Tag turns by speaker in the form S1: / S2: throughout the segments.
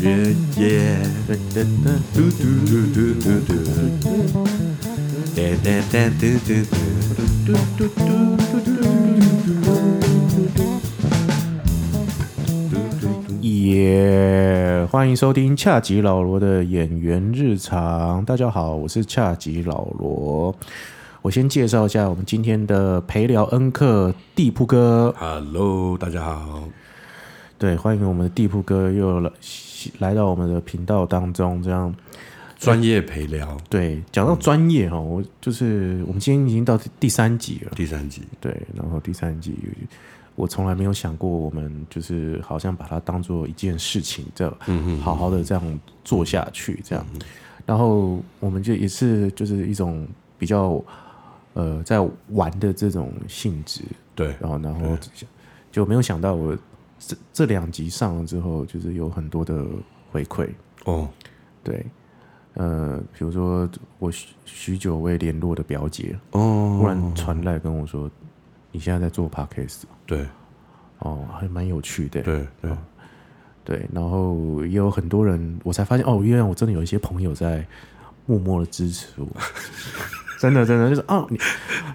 S1: 耶耶，嘟嘟嘟嘟嘟嘟，哒哒哒嘟嘟嘟，嘟嘟嘟嘟嘟嘟嘟。
S2: 耶欢迎收听恰吉老罗的演员日常。大家好，我是恰吉老罗。我先介绍一下我们今天的陪聊恩客地铺哥。
S1: Hello，大家好。
S2: 对，欢迎我们的地铺哥又来来到我们的频道当中。这样，
S1: 专业陪聊
S2: 对，讲到专业哦，我就是我们今天已经到第三集了。
S1: 第三集，
S2: 对，然后第三集，我从来没有想过我们就是好像把它当做一件事情，这样好好的这样做下去，这样。然后我们就也是就是一种比较呃在玩的这种性质，
S1: 对，
S2: 然后然后就没有想到我这这两集上了之后，就是有很多的回馈，
S1: 哦，
S2: 对。呃，比如说我许许久未联络的表姐，
S1: 哦，
S2: 忽然传来跟我说，你现在在做 podcast
S1: 对，
S2: 哦，还蛮有趣的。
S1: 对，对，
S2: 对然后也有很多人，我才发现哦，原来我真的有一些朋友在默默的支持 我，真的真的就是啊，你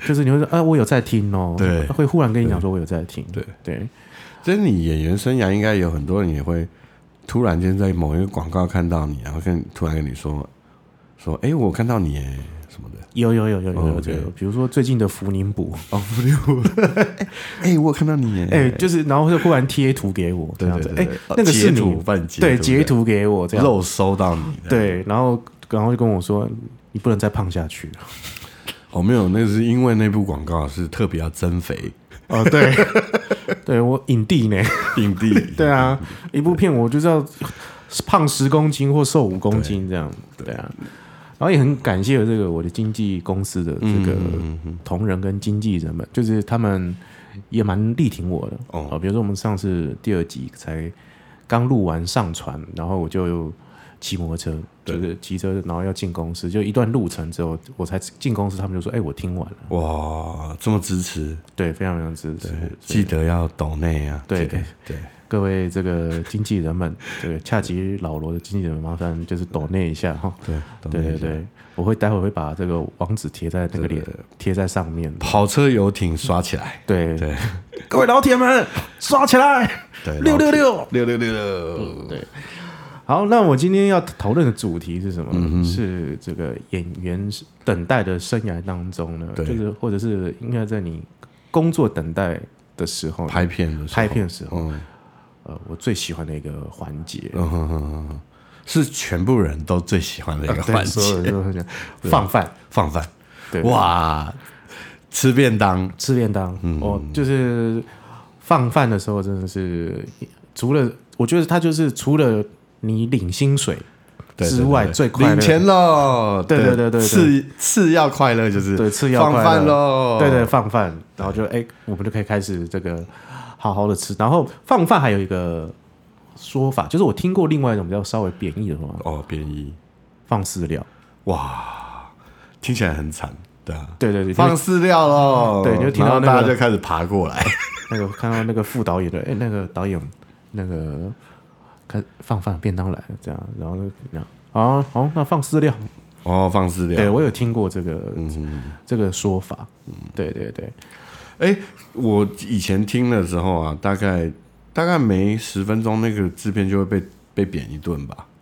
S2: 就是你会说啊，我有在听哦，
S1: 对
S2: 会忽然跟你讲说我有在听，
S1: 对
S2: 对
S1: 所以你演员生涯应该有很多人也会突然间在某一个广告看到你，然后跟突然跟你说说，哎、我看到你耶什么的，
S2: 有有有有有
S1: 哦
S2: 有
S1: ，OK 哦
S2: 有，比如说最近的福宁补，
S1: 哎、我有看到你耶，
S2: 哎，就是然后就忽然贴图给我这
S1: 对
S2: 样
S1: 对
S2: 子
S1: 对，，
S2: 哎
S1: 对，
S2: 那个是
S1: 截图
S2: 你
S1: 半截，
S2: 对截
S1: 截
S2: 图给我这样，
S1: 肉收到你的，
S2: 对，然后然后就跟我说你不能再胖下去了。
S1: 哦，没有，那个是因为那部广告是特别要增 肥，
S2: 哦，对，对我影帝呢？
S1: 影帝，
S2: 对啊，一部片我就是要胖十公斤或瘦五公斤这样，对啊。然后也很感谢这个我的经纪公司的这个同仁跟经纪人们，就是他们也蛮力挺我的
S1: 哦
S2: 哦。比如说我们上次第二集才刚录完上传，然后我就骑摩托车，
S1: 对
S2: 就是骑车，然后要进公司，就一段路程之后，我才进公司，他们就说：“哎，我听完了。
S1: 哇，这么支持，”
S2: 对，非常非常支持
S1: 对。记得要抖内啊，
S2: 对
S1: 记得对，
S2: 各位这个经纪人们， 这个恰吉老罗的经纪人们，麻烦就是抖内一下哈。
S1: 对，抖
S2: 对
S1: 内
S2: 对
S1: 一下
S2: 对，我会待会会把这个网址贴在那个脸贴在上面的。
S1: 跑车游艇刷起来，
S2: 对，
S1: 对
S2: 各位老铁们，刷起来！
S1: 对，
S2: 六六六！
S1: 六六六六，
S2: 对，好，那我今天要讨论的主题是什么？
S1: 嗯
S2: 是这个演员等待的生涯当中呢，
S1: 对
S2: 就是或者是应该在你工作等待的时候呢，
S1: 拍片的时候
S2: 拍，片的时候，
S1: 嗯
S2: 呃，我最喜欢的一个环节。
S1: 嗯哼哼哼哼，是全部人都最喜欢的一个
S2: 对
S1: 环
S2: 所
S1: 节，
S2: 有人都很喜欢放饭，
S1: 放饭，
S2: 对，
S1: 哇，吃便当，
S2: 吃便当，哦，就是放饭的时候真的是，除了我觉得他就是除了你领薪水
S1: 对
S2: 之外
S1: 对对
S2: 最快乐
S1: 领钱喽，
S2: 对对对对对
S1: 次次要快乐就是
S2: 对次要
S1: 放
S2: 快乐
S1: 饭喽，
S2: 对对，放饭，然后就哎、我们就可以开始这个好好的吃。然后放饭还有一个说法，就是我听过另外一种比较稍微贬义的说法，
S1: 哦，便宜，
S2: 放饲料。
S1: 哇，听起来很惨，对啊，
S2: 对对对，
S1: 放
S2: 就是
S1: 饲料喽，
S2: 对你就听
S1: 然后
S2: 到那
S1: 大
S2: 个
S1: 家就开始爬过来，
S2: 那个看到那个副导演的，哎、那个导演那个看放饭便当来了这样，然后就那样。啊，好、那放饲料。
S1: 哦，放饲
S2: 对
S1: 料，
S2: 我有听过这个、
S1: 嗯
S2: 这个说法。对对对，
S1: 哎，我以前听的时候啊，大概大概没十分钟，那个制片就会被被扁一顿吧。啊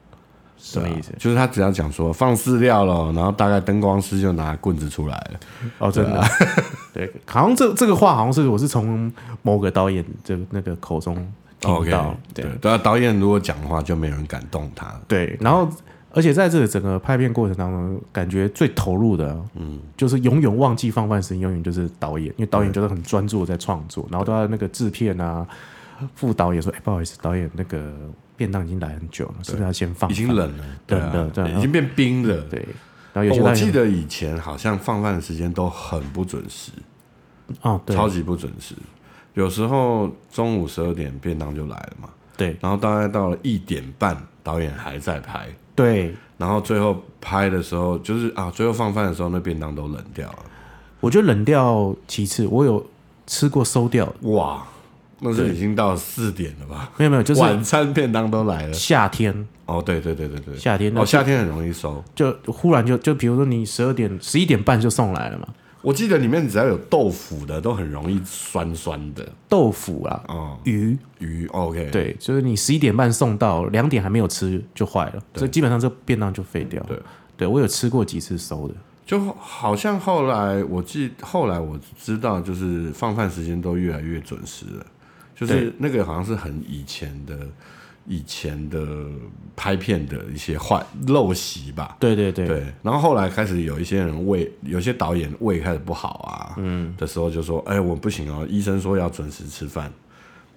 S2: 什么意思？
S1: 就是他只要讲说放饲料了，然后大概灯光师就拿棍子出来了。
S2: 哦，
S1: 啊
S2: 真的， 对，好像这这个话好像是我是从某个导演这那个口中听到
S1: 哦 OK，
S2: 对
S1: 对，对啊，导演如果讲的话，就没有人敢动他。
S2: 对，然后而且在这个整个拍片过程当中，感觉最投入的，嗯，就是永远忘记放饭时间，永远就是导演，因为导演就是很专注地在创作，然后到那个制片啊，副导演说，哎、不好意思，导演那个便当已经来很久了，是不是要先放
S1: 已
S2: 饭？
S1: 经冷了， 对啊
S2: 冷了对啊
S1: 已经变冰了。
S2: 对，然后有些
S1: 哦我
S2: 导演
S1: 记得以前好像放饭的时间都很不准时，
S2: 哦，对
S1: 超级不准时。有时候中午十二点便当就来了嘛，
S2: 对
S1: 然后大概到了一点半，导演还在拍，
S2: 对，
S1: 然后最后拍的时候就是啊，最后放饭的时候那便当都冷掉了。
S2: 我觉得冷掉其次，我有吃过馊掉的，
S1: 哇，那是已经到四点了吧？
S2: 没有没有，就是
S1: 晚餐便当都来了。
S2: 夏天，
S1: 哦，对对对对对，
S2: 夏天
S1: 哦，
S2: 那
S1: 夏天很容易收。
S2: 就忽然就就比如说你十二点十一点半就送来了嘛，
S1: 我记得里面只要有豆腐的，都很容易酸酸的。
S2: 豆腐啊，
S1: 哦，
S2: 鱼，
S1: 鱼 OK，，
S2: 对，就是你十一点半送到，两点还没有吃就坏了，所以基本上这便当就废掉。
S1: 对，
S2: 对我有吃过几次熟的，
S1: 就好像后来我记，后来我知道，就是放饭时间都越来越准时了，就是那个好像是很以前的。以前的拍片的一些坏陋习吧，
S2: 对对对，
S1: 对，然后后来开始有一些人胃，有些导演胃开始不好啊，嗯，的时候就说，哎、我不行哦，医生说要准时吃饭，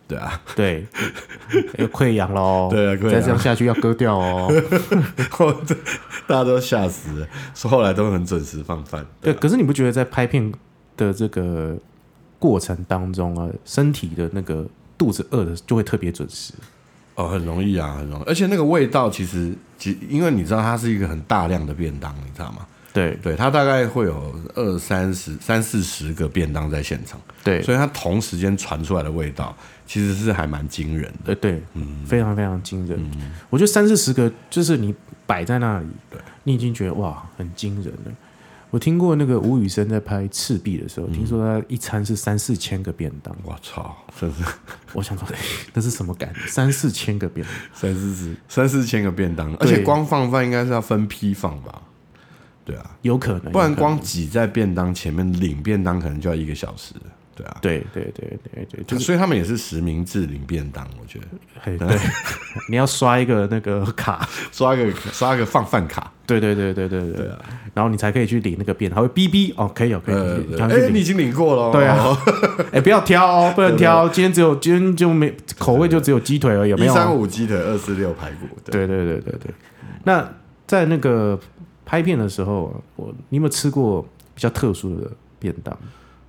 S1: 对啊，
S2: 对，要溃疡喽，
S1: 对啊溃疡
S2: 再这样下去要割 掉哦。
S1: 我这大家都吓死了，说后来都很准时放饭，
S2: 对，可是你不觉得在拍片的这个过程当中啊，身体的那个肚子饿的就会特别准时？
S1: 哦，很容易啊，很容易，而且那个味道其实，其因为你知道它是一个很大量的便当，你知道吗？
S2: 对
S1: 对，它大概会有二三十、三四十个便当在现场，
S2: 对
S1: 所以它同时间传出来的味道其实是还蛮惊人的。
S2: 呃对，
S1: 嗯
S2: 非常非常惊人。我觉得三四十个就是你摆在那里，你已经觉得哇很惊人了。我听过那个吴宇森在拍《赤壁》的时
S1: 嗯
S2: 候，听说他一餐是三四千个便当，
S1: 我操，真是
S2: 我想说 那是什么感觉？三四千个便当，
S1: 三四十、三四千个便当，而
S2: 对
S1: 且光放饭应该是要分批放吧？对啊，
S2: 有可能，
S1: 不然
S2: 有可能
S1: 光挤在便当前面领便当可能就要一个小时。对啊，
S2: 对对对对对， 就是
S1: 所以他们也是实名制领便当，我觉得
S2: 嘿对， 你要刷一个那个卡，
S1: 刷个刷个放饭卡。
S2: 对对对对对对，然后你才可以去领那个便，还会哔哔哦，可以哦，可以
S1: 啊呃
S2: 可以，，然后去
S1: 哎，
S2: 领
S1: 你已经领过了哦。
S2: 对啊，哎，不要挑哦，不能挑，今天只有今天就没口味就只有鸡腿而已，有没
S1: 一
S2: 有？啊
S1: 三五鸡腿，二四六排骨。对，
S2: 对对对对对。那在那个拍片的时候，我你有没有吃过比较特殊的便当？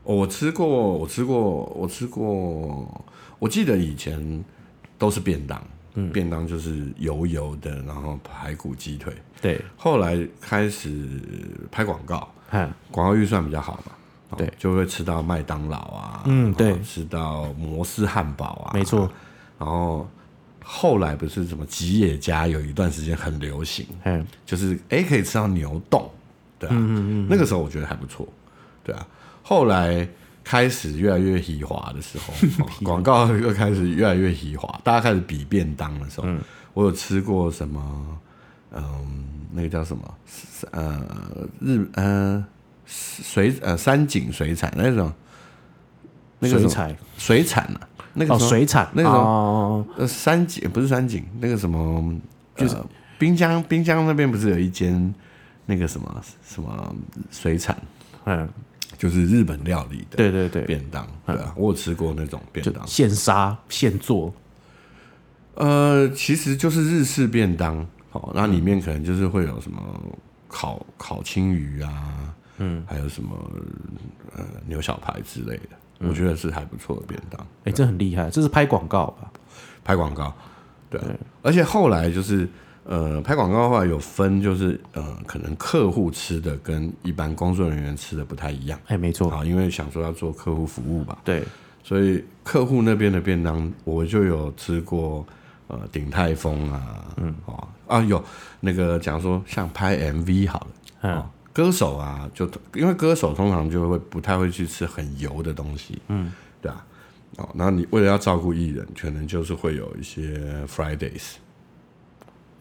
S1: 哦我吃过，我吃过，我吃过。我记得以前都是便当，便当就是油油的，然后排骨、鸡腿。
S2: 对，
S1: 后来开始拍广告，
S2: 看，
S1: 广告预算比较好嘛，哦
S2: 对，
S1: 就会吃到麦当劳啊，
S2: 嗯
S1: 然后
S2: 对
S1: 吃到摩斯汉堡啊，
S2: 没错，
S1: 然后后来不是什么吉野家有一段时间很流行，
S2: 哎，
S1: 就是哎、诶可以吃到牛冻，对啊，
S2: 嗯
S1: 那个时候我觉得还不错，对啊。后来开始越来越喜滑的时候， 哦广、告又开始越来越喜滑，大家开始比便当的时
S2: 嗯
S1: 候，我有吃过什么，嗯，那个叫什么，是呃，日呃水呃山井水产那种，那个
S2: 水
S1: 什么
S2: 彩
S1: 水产啊，那个
S2: 哦，
S1: 时候
S2: 水产
S1: 那个时候
S2: 哦，
S1: 呃，三井不是三井，那个什么，就是、滨江，滨江那边不是有一间那个什么什么水产，
S2: 嗯，
S1: 就是日本料理的
S2: 对对对，
S1: 便当，对啊，我有吃过那种便
S2: 就
S1: 当，
S2: 现杀现做，
S1: 呃，其实就是日式便当，哦，那里面可能就是会有什么烤烤青鱼啊，嗯，还有什么呃牛小排之类的，我觉得是还不错的便当。
S2: 哎，这很厉害，这是拍广告吧？
S1: 拍广告，对啊，而且后来就是呃，拍广告的话有分，就是呃，可能客户吃的跟一般工作人员吃的不太一样
S2: 哎，没错，
S1: 啊，因为想说要做客户服务吧，
S2: 对，
S1: 所以客户那边的便当我就有吃过。呃，鼎泰丰啊，嗯，哦啊，有那个讲说像拍 MV 好了，
S2: 嗯
S1: 哦，歌手啊，就因为歌手通常就会不太会去吃很油的东西，嗯，对啊，哦，那你为了要照顾艺人，可能就是会有一些 Fridays，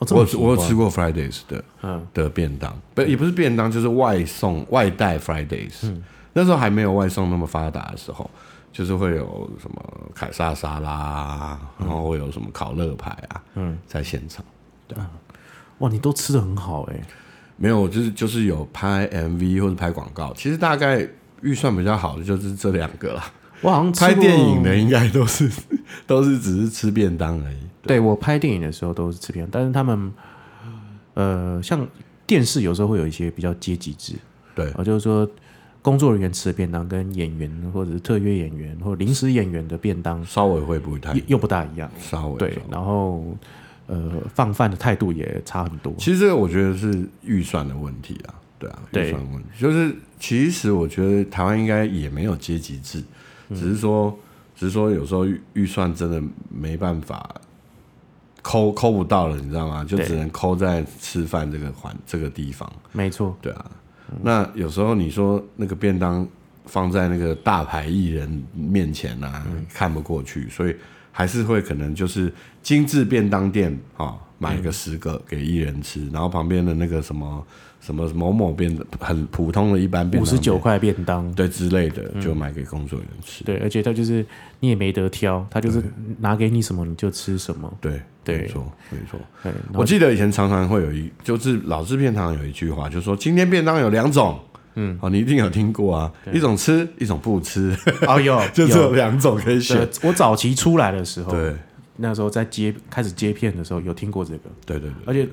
S2: 哦，这
S1: 我有
S2: 么
S1: 吃我有
S2: 喜欢
S1: 吃过 Fridays 的
S2: 嗯
S1: 的便当，不也不是便当，就是外送外带 Fridays，、那
S2: 嗯
S1: 时候还没有外送那么发达的时候。就是会有什么凯撒沙拉啊，
S2: 嗯
S1: 然后会有什么烤乐排啊，嗯，在现场
S2: 哇，你都吃的很好
S1: 欸
S2: 哎，
S1: 没有，就是就是有拍 MV 或者拍广告，其实大概预算比较好的就是这两个啦。
S2: 我好像吃
S1: 拍电
S2: 过
S1: 影的应该都是 都是只是吃便当而已。
S2: 对我拍电影的时候都是吃片，但是他们，呃，像电视有时候会有一些比较阶级制，
S1: 对
S2: 啊，就是说工作人员吃的便当跟演员或者是特约演员或者临时演员的便当
S1: 稍微会不太
S2: 又又不大一样，
S1: 稍微稍，
S2: 对
S1: 微
S2: 然后呃放饭的态度也差很多，
S1: 其实这个我觉得是预算的问题啊，对啊，
S2: 对
S1: 预算
S2: 嗯
S1: 问题就是其实我觉得台湾应该也没有阶级制，只是说只是说有时候预预算真的没办法抠抠不到了，你知道吗？就
S2: 对
S1: 只能抠在吃饭这个环这个地方。
S2: 没错，
S1: 对啊，那有时候你说那个便当放在那个大牌艺人面前啊，
S2: 嗯
S1: 看不过去，所以还是会可能就是精致便当店啊、哦买个十个给艺人吃，然后旁边的那个什么什么某某便很普通的一般便
S2: 五
S1: 当
S2: 十
S1: 店
S2: 九块便嗯当，
S1: 对之类的，就买给工作人员吃。
S2: 对，而且他就是你也没得挑，他就是拿给你什么你就吃什么。
S1: 对，
S2: 对
S1: 没错，没错。
S2: 对，然后
S1: 我记得以前常常会有一，就是老制片堂有一句话，就说今天便当有两种，嗯，哦，你一定有听过啊，一种吃，一种不吃，
S2: 哦有
S1: 就只有
S2: 有
S1: 两种可以选
S2: 呃。我早期出来的时候，
S1: 对，
S2: 那时候在接开始接片的时候有听过这个，
S1: 对对
S2: 而
S1: 对。
S2: 且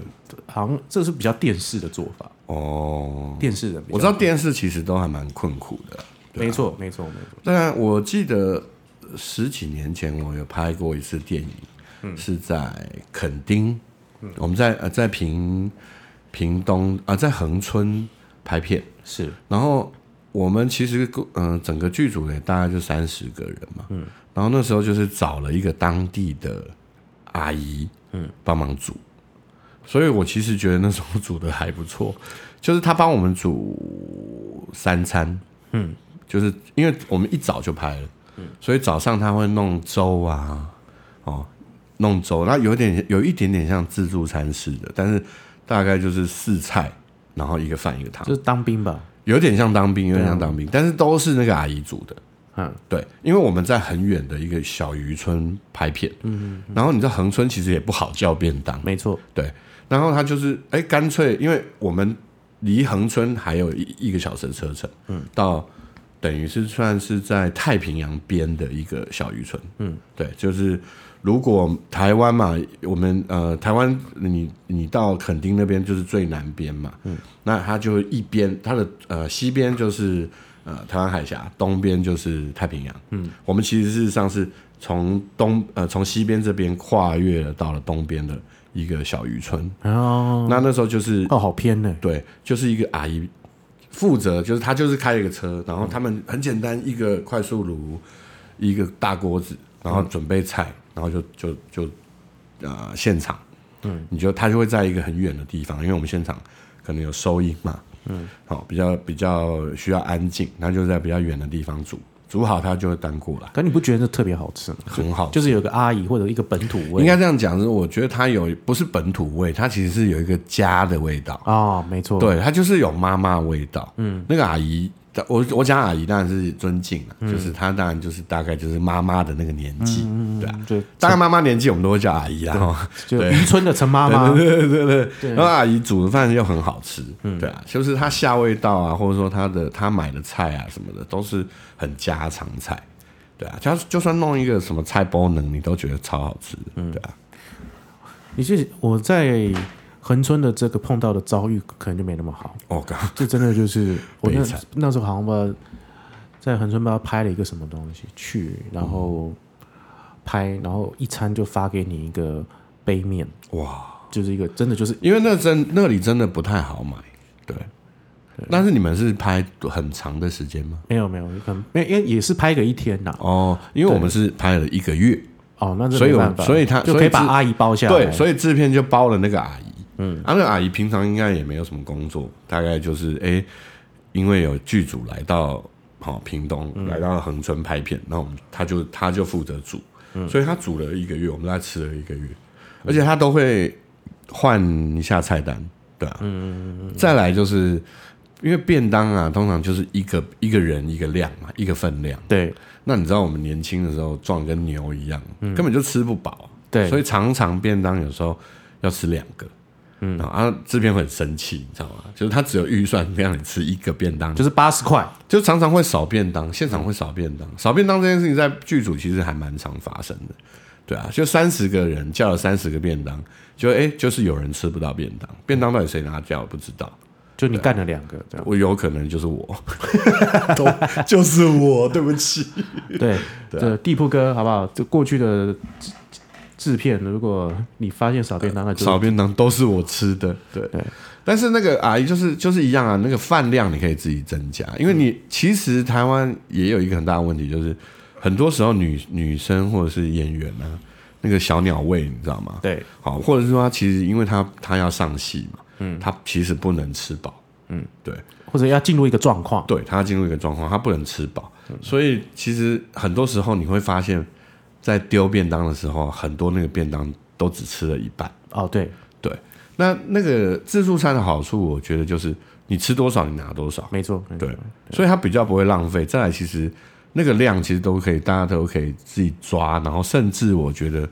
S2: 好像这是比较电视的做法，
S1: 哦，
S2: 电视的比较
S1: 我知道电视其实都还蛮困苦的，
S2: 没错没错没错，
S1: 当然我记得十几年前我有拍过一次电影，
S2: 嗯
S1: 是在垦丁，我们在呃在屏屏东啊、在恒春拍片。
S2: 是
S1: 然后我们其实嗯、呃整个剧组也大概就三十个人嘛，嗯，然后那时候就是找了一个当地的阿姨，嗯，帮忙煮，所以我其实觉得那时候煮的还不错，就是她帮我们煮三餐，嗯，就是因为我们一早就拍了，嗯，所以早上她会弄粥啊，哦，弄粥，那有点有一点点像自助餐式的，但是大概就是四菜。然后一个饭一个汤，
S2: 就是当兵吧，
S1: 有点像当兵，有点像当兵，但是都是那个阿姨煮的。
S2: 嗯，
S1: 对，因为我们在很远的一个小渔村拍片，嗯，然后你在恒春其实也不好叫便当，
S2: 没错，
S1: 对，然后他就是哎，干脆因为我们离恒春还有一一个小时的车程，嗯，到等于是算是在太平洋边的一个小渔村，嗯，对，就是如果台湾嘛，我们呃台湾你你到垦丁那边就是最南边嘛，嗯，那它就一边它的呃西边就是呃台湾海峡，东边就是太平洋，嗯，我们其实事实上是从东呃从西边这边跨越了到了东边的一个小渔村，
S2: 然后
S1: 那那时候就是
S2: 哦好偏呢，
S1: 对，就是一个阿姨负责，就是她就是开了一个车，然后他们很简单，一个快速炉，一个大锅子，然后准备菜，然后就就就呃现场，嗯，你就他就会在一个很远的地方，因为我们现场可能有收音嘛，嗯，好、比较比较需要安静，他就在比较远的地方煮，煮好他就会端过来，
S2: 可你不觉得这特别好吃吗？
S1: 很好
S2: 就是有个阿姨或者一个本土
S1: 嗯
S2: 味，
S1: 应该这样讲，是我觉得它有不是本土味，它其实是有一个家的味道。
S2: 啊、没错，，
S1: 对，它就是有妈妈味道。嗯，那个阿姨，我我讲阿姨当然是尊敬了、就是她当然就是大概就是妈妈的那个年纪，对啊，
S2: 嗯就
S1: 大概妈妈年纪我们都会叫阿姨啦。哈
S2: 就渔村的陈妈妈，
S1: 对对对对 对，然后阿姨煮的饭又很好吃，对啊，就是她下味道啊，或者说她的她买的菜啊什么的，都是很家常菜，对啊，她就算弄一个什么菜包能，你都觉得超好吃，对啊，
S2: 你是我在恒春的这个碰到的遭遇可能就没那么好，
S1: 我靠，
S2: 这真的就是我那
S1: 悲惨
S2: 那时候好像吧，在恒春吧拍了一个什么东西去，然后拍，然后一餐就发给你一个杯面，
S1: 哇。
S2: 就是一个真的就是
S1: 因为那真那里真的不太好买，对。但是你们是拍很长的时间吗？
S2: 没有没有，可能没有因为也是拍个一天呐、
S1: 哦，因为我们是拍了一个月，
S2: 哦，那这
S1: 所以
S2: 没
S1: 我
S2: 办法
S1: 所以他
S2: 就可
S1: 所
S2: 以
S1: 以
S2: 把
S1: 是
S2: 阿姨包下来，
S1: 对，所以制片就包了那个阿姨。嗯，啊，那个阿姨平常应该也没有什么工作，大概就是哎、因为有剧组来到好、屏东，来到恒春拍片，那我们他就他就负责煮，所以他煮了一个月，我们大概吃了一个月，而且他都会换一下菜单，对啊，嗯，再来就是。因为便当啊，通常就是一个一个人一个量嘛，一个分量。
S2: 对
S1: 那你知道我们年轻的时候壮跟牛一样，根本就吃不饱。
S2: 对
S1: 所以常常便当有时候要吃两个。嗯啊，制片会很生气，你知道吗？就是他只有预算让你吃一个便当，
S2: 就是八十块，
S1: 就常常会少便当，现场会少便当。少便当这件事情在剧组其实还蛮常发生的，对啊，就三十个人叫了三十个便当，就哎、就是有人吃不到便当，便当到底谁拿叫不知道，
S2: 就你干了两个这样，
S1: 我有可能就是我， 都就是我，对不起。
S2: 对，这地铺哥好不好？这过去的制制片，如果你发现少便当，那就是
S1: 少便当都是我吃的，对。但是那个阿姨就是就是一样啊，那嗯个饭量你可以自己增加，因为你其实台湾也有一个很大的问题，就是很多时候女女生或者是演员呢、那个小鸟胃，你知道吗？
S2: 对，
S1: 好，或者是说她其实因为她她要上戏嘛，嗯，她其实不能吃饱，嗯，对，
S2: 或者要进入一个状况，
S1: 对，她进入一个状况，她不能吃饱，所以其实很多时候你会发现，在丢便当的时候，很多那个便当都只吃了一半。
S2: 哦，对，
S1: 对，那那个自助餐的好处，我觉得就是你吃多少你拿多少，
S2: 没错，没错
S1: 对，所以它比较不会浪费。再来，其实那个量其实都可以，大家都可以自己抓，然后甚至我觉得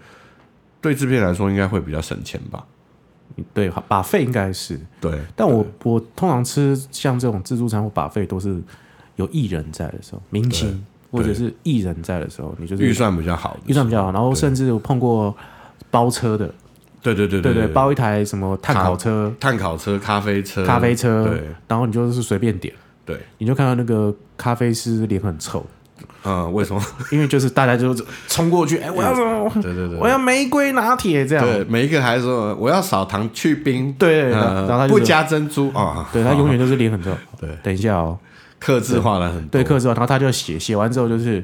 S1: 对制片来说应该会比较省钱吧。
S2: 对，把费应该是，
S1: 对，
S2: 但我我通常吃像这种自助餐或把费都是有艺人在的时候，明星或者是艺人在的时候，你就是
S1: 预算比较好的，
S2: 预算比较好，然后甚至我碰过包车的，
S1: 对对对
S2: 对
S1: 对，
S2: 包一台什么碳烤车、
S1: 碳烤车、咖啡车、
S2: 咖啡车
S1: 对，
S2: 然后你就是随便点，
S1: 对，
S2: 你就看到那个咖啡师脸很臭，
S1: 嗯，为什么？
S2: 因为就是大家就冲过去，哎，我要什么？
S1: 对对对
S2: 我要玫瑰拿铁这样。
S1: 对，每一个还说我要少糖去冰，
S2: 对，然后
S1: 呃
S2: 然后他就
S1: 不
S2: 是，
S1: 加珍珠啊，
S2: 对他永远就是脸很臭。
S1: 对，
S2: 等一下哦，
S1: 克制化了很多，
S2: 对，克制完，然后他就写，写完之后就是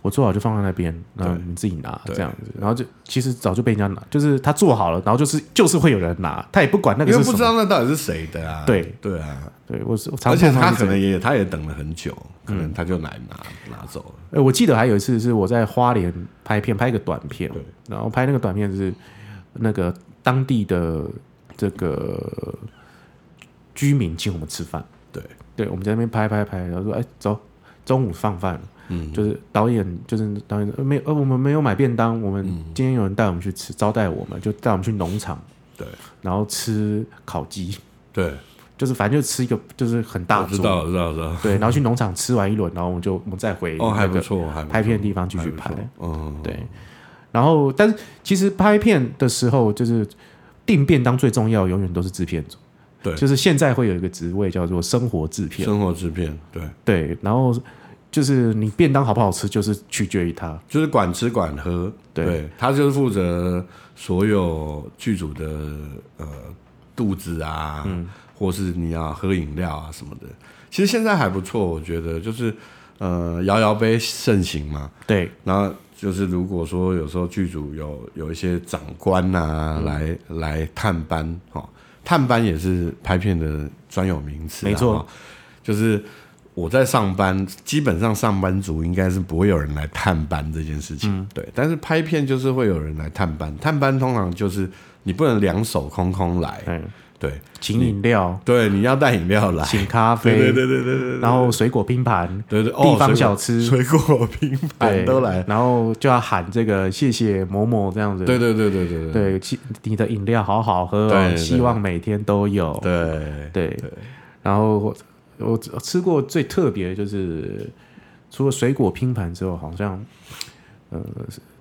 S2: 我做好就放在那边，然后你自己拿
S1: 对
S2: 这样子，然后就其实早就被人家拿，就是他做好了，然后就是就是会有人拿，他也不管那个
S1: 因为
S2: 是
S1: 不
S2: 什
S1: 知道
S2: 么。
S1: 那到底是谁的啊，
S2: 对
S1: 对啊，
S2: 对，我是我常
S1: 而且
S2: 碰到
S1: 他
S2: 那
S1: 可
S2: 种
S1: 能也他也等了很久，可
S2: 嗯
S1: 能他就来拿拿走了。
S2: 呃，我记得还有一次是我在花莲拍片，拍一个短片，然后拍那个短片就是那个当地的这个居民请我们吃饭，
S1: 对，
S2: 对，我们在那边拍拍拍，然后说，哎，走，中午放饭了。嗯，就是导演，就是导演，呃没有，呃，我们没有买便当，我们
S1: 嗯
S2: 今天有人带我们去吃，招待我们，就带我们去农场，
S1: 对
S2: 然后吃烤鸡，
S1: 对，
S2: 就是反正就吃一个，就是很大
S1: 我
S2: 桌，
S1: 知道了知道了知道了。
S2: 对，然后去农场吃完一轮，然后我们就我们再回
S1: 哦，还
S2: 那
S1: 不
S2: 个
S1: 错，还不错
S2: 拍片的地方继续
S1: 还
S2: 拍
S1: 不，错嗯，
S2: 对，然后但是其实拍片的时候，就是订便当最重要，永远都是制片组，
S1: 对
S2: 就是现在会有一个职位叫做生活制片，
S1: 生活制片，对，
S2: 对，然后就是你便当好不好吃，就是取决于它。
S1: 就是管吃管喝，
S2: 对
S1: 对，他就是负责所有剧组的呃肚子啊，
S2: 嗯
S1: 或是你要喝饮料啊什么的。其实现在还不错，我觉得就是呃摇摇杯盛行嘛，
S2: 对，
S1: 然后就是如果说有时候剧组有有一些长官啊、
S2: 嗯
S1: 来来探班，哦，探班也是拍片的专有名词啊、
S2: 没错
S1: 哦就是我在上班，基本上上班族应该是不会有人来探班这件事情，
S2: 嗯
S1: 对。但是拍片就是会有人来探班，探班通常就是你不能两手空空来，
S2: 嗯，
S1: 对
S2: 请饮料，
S1: 对，你要带饮料来，
S2: 请咖啡，
S1: 对对对对对对
S2: 然后水果拼盘，
S1: 对对，哦
S2: 地
S1: 水
S2: 方
S1: 果
S2: 小吃
S1: 水果 拼盘
S2: 对，
S1: 都来，
S2: 然后就要喊这个谢谢某某这样子。
S1: 对对对对对对
S2: 对，其你的饮料好好喝
S1: 对
S2: 哦，
S1: 对
S2: 希望每天都有。
S1: 对
S2: 对，然后我我吃过最特别的就是，除了水果拼盘之后，好像呃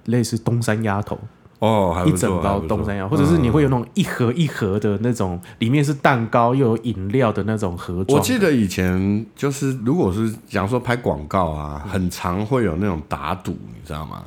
S2: 类似东山鸭头，
S1: 哦，还不
S2: 一
S1: 错
S2: 整
S1: 还
S2: 包
S1: 不错嗯
S2: 东山鸭，或者是你会有那种一盒一盒的那种，里面是蛋糕又有饮料的那种盒
S1: 我
S2: 装。
S1: 记得以前就是，如果是讲说拍广告
S2: 嗯
S1: 啊，很常会有那种打赌，你知道吗？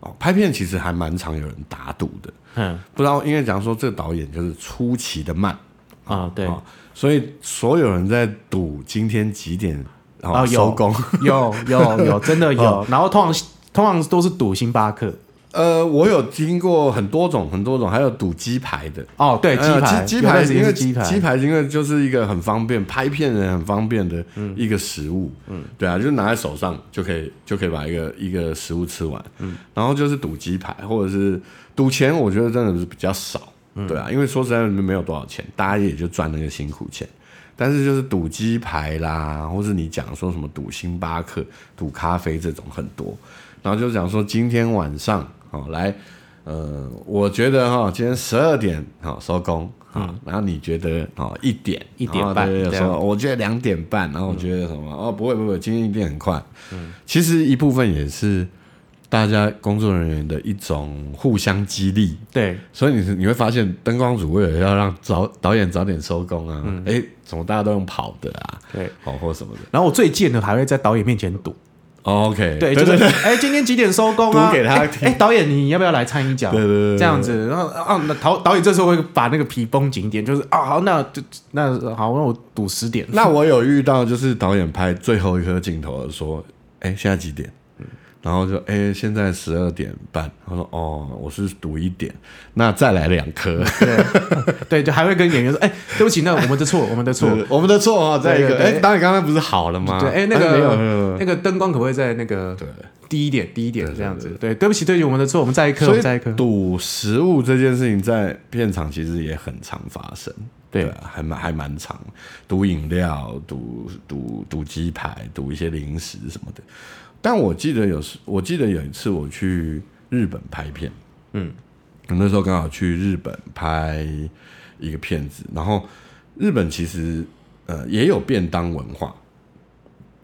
S1: 哦，拍片其实还蛮常有人打赌的，
S2: 嗯
S1: 不知道因为讲说这个导演就是出奇的慢，
S2: 啊，对，
S1: 哦所以所有人在赌今天几点
S2: 哦有
S1: 收工。
S2: 有有有，真的
S1: 哦
S2: 有。然后通常通常都是赌星巴克。
S1: 呃，我有听过很多种很多种，还有赌鸡排的。
S2: 哦，对，鸡
S1: 呃
S2: 排，
S1: 鸡鸡
S2: 有
S1: 排
S2: 段时间
S1: 因为
S2: 是鸡排，
S1: 鸡排因为就是一个很方便拍片人很方便的一个食物，对啊，就拿在手上就可以就可以把一个一个食物吃完，然后就是赌鸡排或者是赌钱，我觉得真的是比较少，对啊，因为说实在没有多少钱，大家也就赚那个辛苦钱。但是就是赌鸡排啦，或是你讲说什么赌星巴克、赌咖啡这种很多，然后就讲说今天晚上哦来，呃，我觉得哈、今天十二点好、哦、收工啊、然后你觉得哦一点
S2: 嗯一点
S1: 然
S2: 半
S1: 后对
S2: 这
S1: 对
S2: 样
S1: 说我觉得两点半，然后我觉得什么、哦不会不会，今天一定很快。
S2: 嗯
S1: 其实一部分也是大家工作人员的一种互相激励，
S2: 对，
S1: 所以你是你会发现，灯光组为了要让早导演早点收工啊，
S2: 嗯
S1: 哎、怎么大家都用跑的啊，
S2: 对。
S1: 哦或什么的、
S2: 然后我最贱的还会在导演面前赌，
S1: 哦、，OK，
S2: 对，
S1: 对
S2: 就是
S1: 对
S2: 哎，今天几点收工啊？
S1: 赌给他
S2: 哎
S1: 听
S2: 哎，导演你要不要来参一脚？
S1: 对对对对
S2: 这样子，然后啊，那导导演这时候会把那个皮绷紧一点，就是啊，好，那就那好，那我赌十点， 嗯
S1: 那我有遇到，就是导演拍最后一颗镜头的说，哎、现在几点？然后就哎、现在十二点半，他说哦，我是赌一点，那再来两颗，
S2: 对，就还会跟演员说，哎，对不起，那我们的错，我们的错，
S1: 对 我们的错啊，再一
S2: 对
S1: 个，
S2: 对
S1: 哎
S2: 对，
S1: 当你刚才不是好了吗？
S2: 对，哎，那
S1: 哎没有没
S2: 个
S1: 有，
S2: 那个灯光可不可以在那个低一点，低一点这样子？对，对不起，对不起，我们的错，我们再一颗，我
S1: 所
S2: 们再一颗
S1: 以。赌食物这件事情在片场其实也很常发生，
S2: 对
S1: 啊，还蛮还蛮常，赌饮料、赌赌赌鸡排、赌一些零食什么的。但我记得有时，我记得有一次我去日本拍片，嗯，我那时候刚好去日本拍一个片子，然后日本其实呃也有便当文化，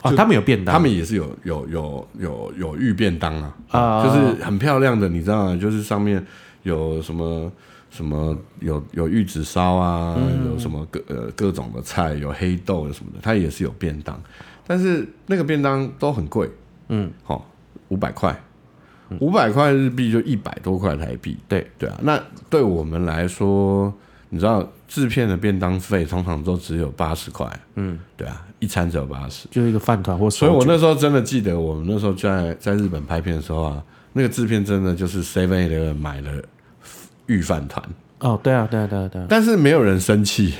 S2: 哦，他们有便当，
S1: 他们也是有有有有有玉便当啊，
S2: 啊
S1: 就是很漂亮的，你知道吗？就是上面有什么什么有有玉子烧啊，
S2: 嗯
S1: 有什么各呃各种的菜，有黑豆有什么的，它也是有便当，但是那个便当都很贵，
S2: 嗯，
S1: 好、五百块，五百块日币就一百多块台币，
S2: 对
S1: 对啊，那对我们来说，你知道制片的便当费通常都只有八十块，嗯，对啊，一餐只有八十。
S2: 就是一个饭团或手
S1: 所以我
S2: 卷
S1: 那时候真的记得，我们那时候在在日本拍片的时候啊，那个制片真的就是 Seven Eleven 买了御饭团，
S2: 哦，对啊，对啊，对啊，对啊，
S1: 但是没有人生气，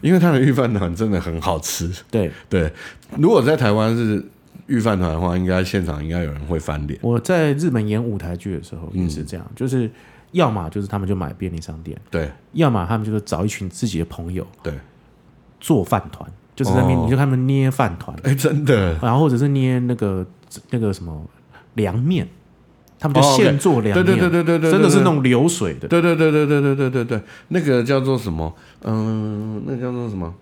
S1: 因为他的御饭团真的很好吃。
S2: 对。
S1: 对，如果在台湾是御饭团的话，应该现场应该有人会翻脸。
S2: 我在日本演舞台剧的时候也
S1: 嗯
S2: 是这样，就是要么就是他们就买便利商店，
S1: 对
S2: 要么他们就是找一群自己的朋友
S1: 对，
S2: 做饭团，就是在那边、
S1: 哦
S2: 你就看他们捏饭团，
S1: 哎，真的，
S2: 然后或者是捏那个那个什么凉面，他们就
S1: 哦，OK
S2: 现做凉
S1: 对
S2: 面，
S1: 对对对对对，
S2: 真的是那
S1: 对
S2: 种流水的，
S1: 对对对对对对对对对，那个叫做什么？嗯，那个叫做什么？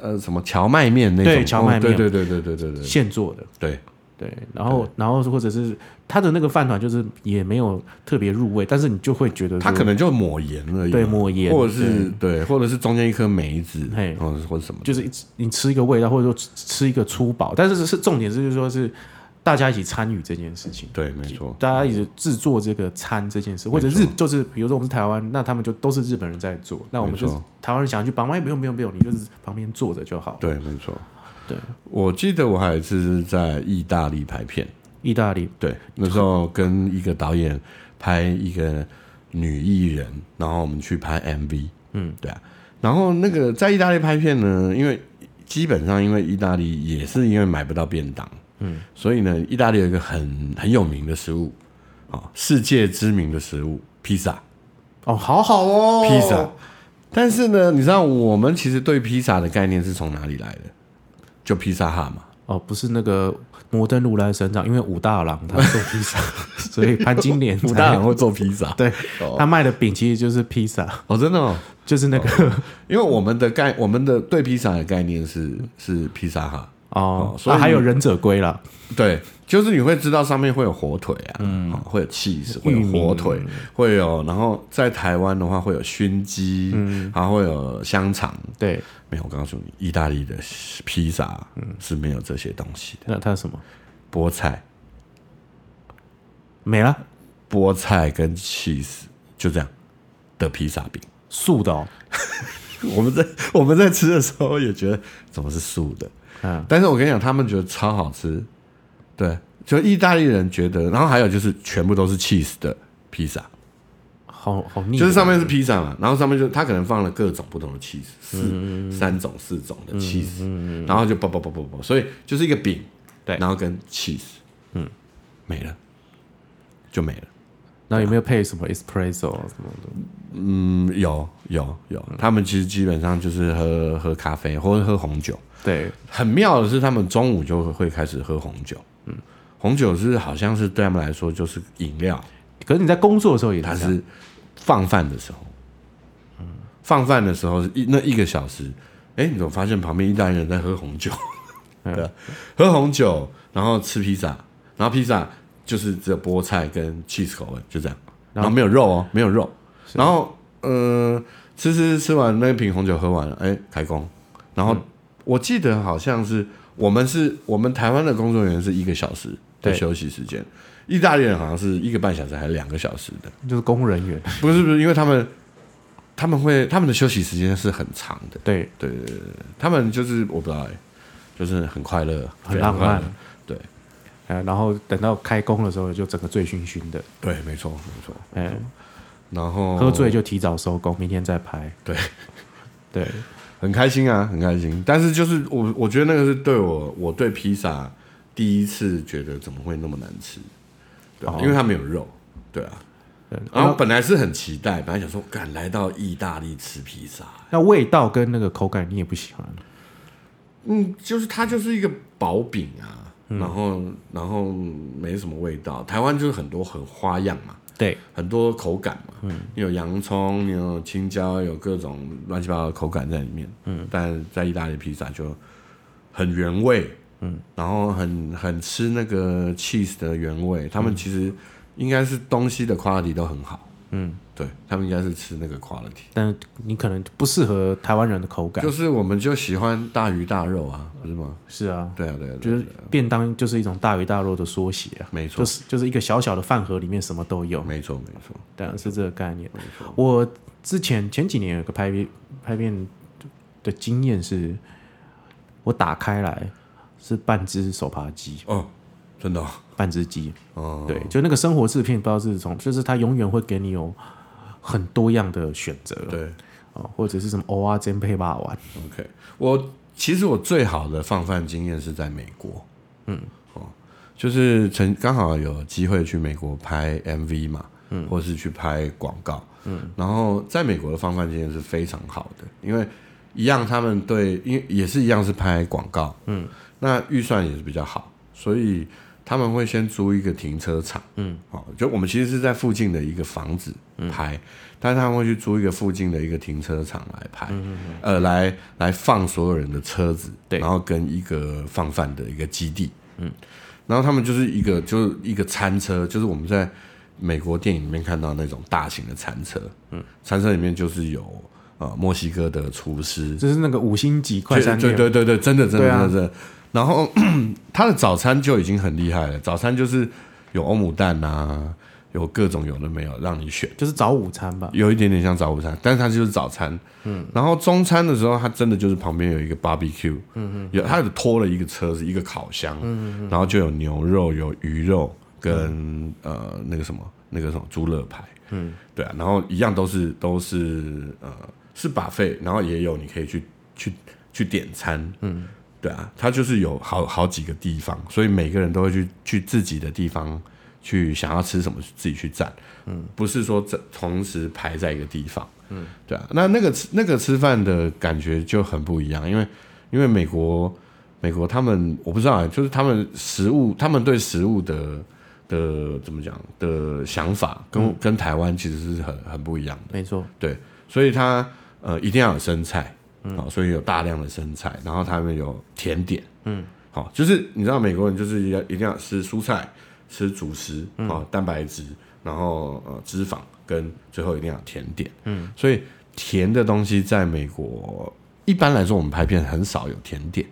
S1: 呃，什么荞麦面那种？
S2: 对荞麦
S1: 哦
S2: 面
S1: 对对对对对对对
S2: 现做的。
S1: 对。
S2: 对，然后，然后或者是他的那个饭团，就是也没有特别入味，但是你就会觉得
S1: 它
S2: 说
S1: 可能就抹盐而已嘛，
S2: 对抹盐
S1: 或者是对，或者是中间一颗梅子，
S2: 嘿
S1: 或者是或者什么，
S2: 就是一直你吃一个味道，或者说吃吃一个粗饱，但是是重点是就是说是大家一起参与这件事情，
S1: 对，没错，
S2: 大家一起制作这个餐这件事，或者日就是比如说我们是台湾，那他们就都是日本人在做，那我们就
S1: 没
S2: 是
S1: 错
S2: 台湾人想要去帮忙，哎不用不用不用，你就是旁边坐着就好。
S1: 对，没错。
S2: 对，
S1: 我记得我还有一次是在意大利拍片，
S2: 意大利
S1: 对，那时候跟一个导演拍一个女艺人，然后我们去拍 MV，嗯，对啊，然后那个在意大利拍片呢，因为基本上因为意大利也是因为买不到便当，嗯，所以呢，意大利有一个很很有名的食物，啊、世界知名的食物披萨，
S2: 哦，好好哦，
S1: 披萨。但是呢，你知道我们其实对披萨的概念是从哪里来的？就披萨哈嘛。
S2: 哦，不是那个摩登如来神掌，因为武大郎他做 披萨，所以潘金莲才
S1: 会做披萨，
S2: 对
S1: 哦
S2: 他卖的饼其实就是披萨，
S1: 哦，真的哦，
S2: 就是那个
S1: 因为我们的概，我们的对披萨的概念是是披萨哈，
S2: 哦，
S1: 所以
S2: 那还有忍者龟啦，
S1: 对，就是你会知道上面会有火腿啊，嗯，会有 cheese，会有火腿，会有，然后在台湾的话会有熏鸡，嗯，还会有香肠。
S2: 对，
S1: 没有，我告诉你，意大利的披萨是没有这些东西的，
S2: 那它是什么？
S1: 菠菜、
S2: 没了，
S1: 菠菜跟 cheese 就这样的披萨饼。
S2: 素的哦。
S1: 我们在我们在吃的时候也觉得怎么是素的，
S2: 嗯
S1: 但是我跟你讲，他们觉得超好吃，对，就意大利人觉得，然后还有就是全部都是 cheese 的披萨，
S2: 好好腻哦，
S1: 就是上面是披萨嘛，然后上面就他可能放了各种不同的 cheese，四、三种四种的 cheese，、然后就啵啵啵啵啵，所以就是一个饼，
S2: 对
S1: 然后跟 cheese，嗯，没了，就没了。
S2: 然后有没有配什么 espresso 啊什么的？
S1: 嗯，有有有，他们其实基本上就是喝喝咖啡或者喝红酒，
S2: 对，
S1: 很妙的是，他们中午就会开始喝红酒。嗯，红酒是好像是对他们来说就是饮料，
S2: 可是你在工作的时候也
S1: 它
S2: 是这样
S1: 是放饭的时候。放饭的时候是一那一个小时，哎、你怎么发现旁边意大利人在喝红酒？ 对啊，喝红酒，然后吃披萨，然后披萨就是只有菠菜跟 cheese 口味，就这样，然后没有肉哦，没有肉，然后呃，吃吃吃完那瓶红酒喝完了，哎、开工，然后、我记得好像是我们是我们台湾的工作人员是一个小时的
S2: 对
S1: 休息时间，意大利人好像是一个半小时还是两个小时的，
S2: 就是公务人员，
S1: 不是不是，因为他们他们会他们的休息时间是很长的，
S2: 对，
S1: 他们就是我不知道、欸，就是很快乐，
S2: 很浪
S1: 非常
S2: 漫
S1: 快乐，对。
S2: 呃，然后等到开工的时候就整个醉醺醺的，
S1: 对，没错，没错。
S2: 哎，
S1: 然后
S2: 喝醉就提早收工，明天再拍。
S1: 对，
S2: 对，
S1: 很开心啊，很开心。但是就是我，我觉得那个是对我，我对披萨第一次觉得怎么会那么难吃，对、啊
S2: 哦
S1: 因为它没有肉，对啊。
S2: 对
S1: 然后本来是很期待，本来想说，敢来到意大利吃披萨，
S2: 那味道跟那个口感你也不喜欢，
S1: 嗯，就是它就是一个薄饼啊，然后然后没什么味道。台湾就是很多很花样嘛，
S2: 对，
S1: 很多口感嘛，
S2: 嗯
S1: 你有洋葱，你有青椒，有各种乱七八糟的口感在里面，嗯，但在意大利披萨就很原味，嗯，然后很很吃那个 cheese 的原味，他们其实应该是东西的 quality 都很好，
S2: 嗯，
S1: 对他们应该是吃那个 quality，
S2: 但你可能不适合台湾人的口感
S1: 就。是我们就喜欢大鱼大肉啊，不是吗？
S2: 是啊，
S1: 对啊，对啊，对啊
S2: 就是便当就是一种大鱼大肉的缩写啊，
S1: 没错
S2: 就是就是一个小小的饭盒里面什么都有，
S1: 没错没错，
S2: 当然是这个概念。
S1: 嗯
S2: 我之前前几年有个拍片拍片的经验是，我打开来是半只手扒鸡，
S1: 哦，真的哦，
S2: 半只鸡，
S1: 哦，
S2: 对，就那个生活制片，不知道是从，就是它永远会给你有很多样的选择
S1: 对
S2: 哦，或者是什么欧啊煎配霸丸，
S1: ，OK，我其实我最好的放饭经验是在美国，嗯，哦，就是曾刚好有机会去美国拍 MV 嘛，嗯，或是去拍广告，嗯，然后在美国的放饭经验是非常好的，因为一样他们对，因为也是一样是拍广告，嗯，那预算也是比较好，所以。他们会先租一个停车场，嗯，哦，就我们其实是在附近的一个房子拍，但是他们会去租一个附近的一个停车场来拍，呃，来来放所有人的车子，
S2: 对
S1: 然后跟一个放饭的一个基地，嗯，然后他们就是一个就是一个餐车，就是我们在美国电影里面看到那种大型的餐车，嗯，餐车里面就是有呃墨西哥的厨师，
S2: 就是那个五星级快餐
S1: 对
S2: 店，
S1: 对对对，真的真的
S2: 对啊
S1: 真的真的。然后 他的早餐就已经很厉害了，早餐就是有欧姆蛋啊，有各种有的没有让你选。
S2: 就是早午餐吧，
S1: 有一点点像早午餐，但是它就是早餐。嗯，然后中餐的时候，它真的就是旁边有一个 barbecue，嗯嗯，有它有拖了一个车子，一个烤箱，嗯然后就有牛肉、有鱼肉跟、呃那个什么那个什么猪肋排，嗯，对啊，然后一样都是都是呃是把费，然后也有你可以去去去点餐，嗯。对啊，它就是有好好几个地方，所以每个人都会去去自己的地方去想要吃什么，自己去占。不是说这同时排在一个地方，嗯，对啊，那那个吃那个吃饭的感觉就很不一样，因为因为美国美国他们我不知道啊，就是他们食物，他们对食物的的怎么讲的想法跟、跟台湾其实是很很不一样的。
S2: 没错，
S1: 对，所以它呃一定要有生菜，好、所以有大量的生菜，然后他们有甜点，嗯，好、就是你知道美国人就是要一定要吃蔬菜，吃主食，啊、蛋白质，然后呃脂肪跟最后一定要有甜点，嗯，所以甜的东西在美国一般来说我们拍片很少有甜点，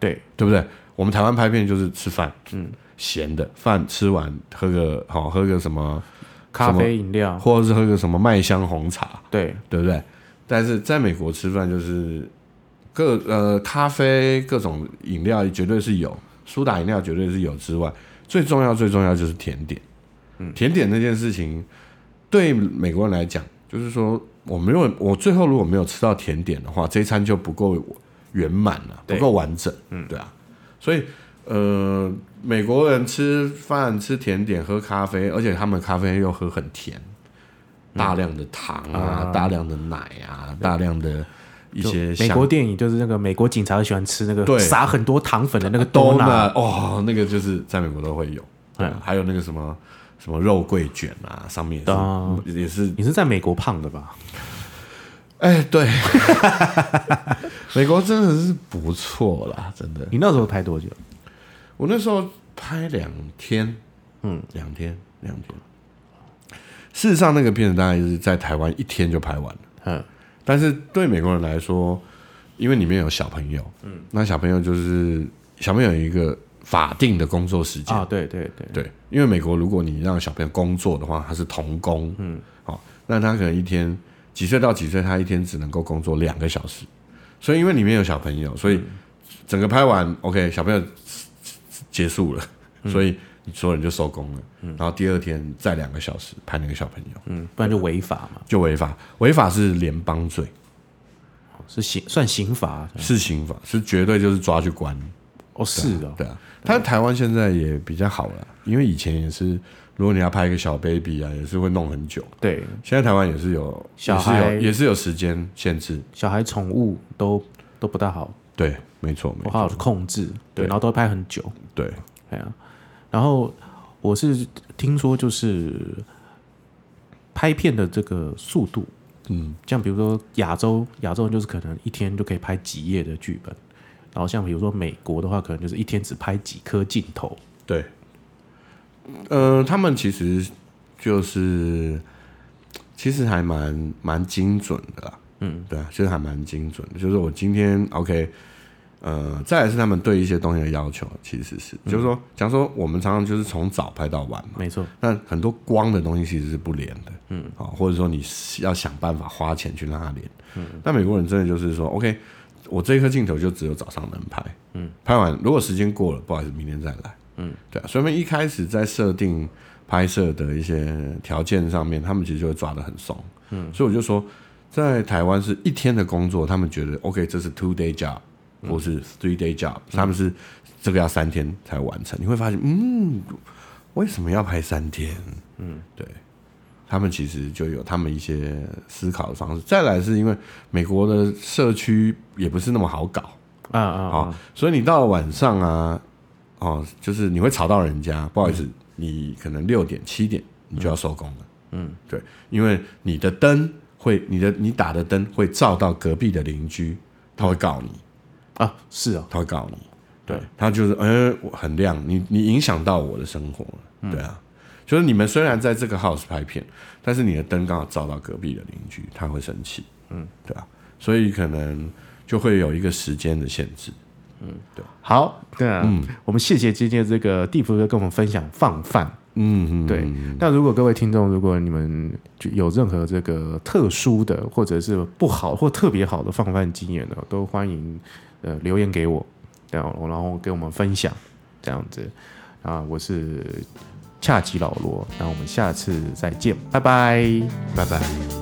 S2: 对，
S1: 对不对？我们台湾拍片就是吃饭，嗯，咸的饭吃完喝个好、喝个什么，
S2: 咖啡饮料，
S1: 或者是喝个什么麦香红茶，
S2: 对，
S1: 对不对？但是在美国吃饭就是各呃咖啡各种饮料绝对是有，苏打饮料绝对是有之外，最重要最重要就是甜点。嗯，甜点那件事情对美国人来讲，就是说我没有我最后如果没有吃到甜点的话，这一餐就不够圆满了、不
S2: 对
S1: 够完整。嗯，对啊，所以。呃，美国人吃饭、吃甜点、喝咖啡，而且他们咖啡又喝很甜，大
S2: 嗯
S1: 量的糖啊，大量的奶啊，大量的一
S2: 就
S1: 些
S2: 美
S1: 香
S2: 国电影就是那个美国警察喜欢吃那
S1: 对
S2: 个撒很多糖粉的那个
S1: d o
S2: 多拿，
S1: 哦，那个就是在美国都会有，对啊还有那个什么什么肉桂卷啊，上面也是、
S2: 啊
S1: 也是，
S2: 你是在美国胖的吧？
S1: 哎，对，美国真的是不错啦，真的。
S2: 你那时候拍多久？
S1: 我那时候拍两天，嗯，两天，两天。事实上，那个片子大概是在台湾一天就拍完了。
S2: 嗯，
S1: 但是对美国人来说，因为里面有小朋友，嗯，那小朋友就是小朋友有一个法定的工作时间，
S2: 啊，对对对，
S1: 对，因为美国如果你让小朋友工作的话，他是童工，嗯，好、那他可能一天几岁到几岁，他一天只能够工作两个小时，所以因为里面有小朋友，所以整个拍完，OK，小朋友结束了，所以你所有人就收工了。然后第二天再两个小时拍那个小朋友，
S2: 嗯，不然就违法嘛，
S1: 就违法，违法是联邦罪，
S2: 是刑算刑罚
S1: 是刑法，是绝对就是抓去关。
S2: 哦，是哦，
S1: 对啊，但台湾现在也比较好了，因为以前也是，如果你要拍一个小 baby 啊，也是会弄很久。
S2: 对，
S1: 现在台湾也是有，
S2: 小
S1: 也是
S2: 孩
S1: 有，也是有时间限制。
S2: 小孩宠物都都不大好，
S1: 对，没错，没
S2: 不
S1: 错，
S2: 好控制，对，
S1: 对
S2: 然后都会拍很久，
S1: 对，
S2: 哎呀、然后我是听说就是拍片的这个速度，
S1: 嗯，
S2: 像比如说亚洲，亚洲人就是可能一天就可以拍几页的剧本，然后像比如说美国的话，可能就是一天只拍几颗镜头，
S1: 对。呃，他们其实就是，其实还蛮蛮精准的啦。嗯，对啊，其实还蛮精准的。就是我今天 OK，呃，再来是他们对一些东西的要求，其实是，
S2: 嗯
S1: 就是说，假如说我们常常就是从早拍到晚嘛。
S2: 没错，
S1: 那很多光的东西其实是不连的，嗯，啊、或者说你是要想办法花钱去让它连，嗯，但美国人真的就是说，OK，我这一颗镜头就只有早上能拍，嗯，拍完如果时间过了，不好意思，明天再来，嗯，对啊，所以他们一开始在设定拍摄的一些条件上面，他们其实就会抓得很松，嗯，所以我就说，在台湾是一天的工作，他们觉得 OK，这是 two day job。或是 three day job，、他们是这个要三天才完成。你会发现，嗯，为什么要拍三天？嗯，对，他们其实就有他们一些思考的方式。再来是因为美国的社区也不是那么好搞，
S2: 啊啊
S1: 好、
S2: 啊，
S1: 所以你到了晚上啊，哦，就是你会吵到人家，不好意思，你可能六点七点你就要收工了。嗯，对，因为你的灯会，你的你打的灯会照到隔壁的邻居，他会告你。
S2: 啊是哦，
S1: 他会告你。
S2: 对，
S1: 他就是，呃，我很亮，你你影响到我的生活了，
S2: 嗯
S1: 对啊，就是你们虽然在这个 house 拍片，但是你的灯刚好照到隔壁的邻居，他会生气，嗯，对啊，所以可能就会有一个时间的限制，
S2: 好，
S1: 啊
S2: 那、我们谢谢今天这个地福哥跟我们分享放饭。
S1: 嗯嗯，
S2: 对，那如果各位听众，如果你们就有任何这个特殊的，或者是不好或特别好的放饭经验呢，都欢迎呃留言给我，这样然后给我们分享，这样子啊，我是恰吉老罗，那我们下次再见，拜拜。
S1: 拜拜。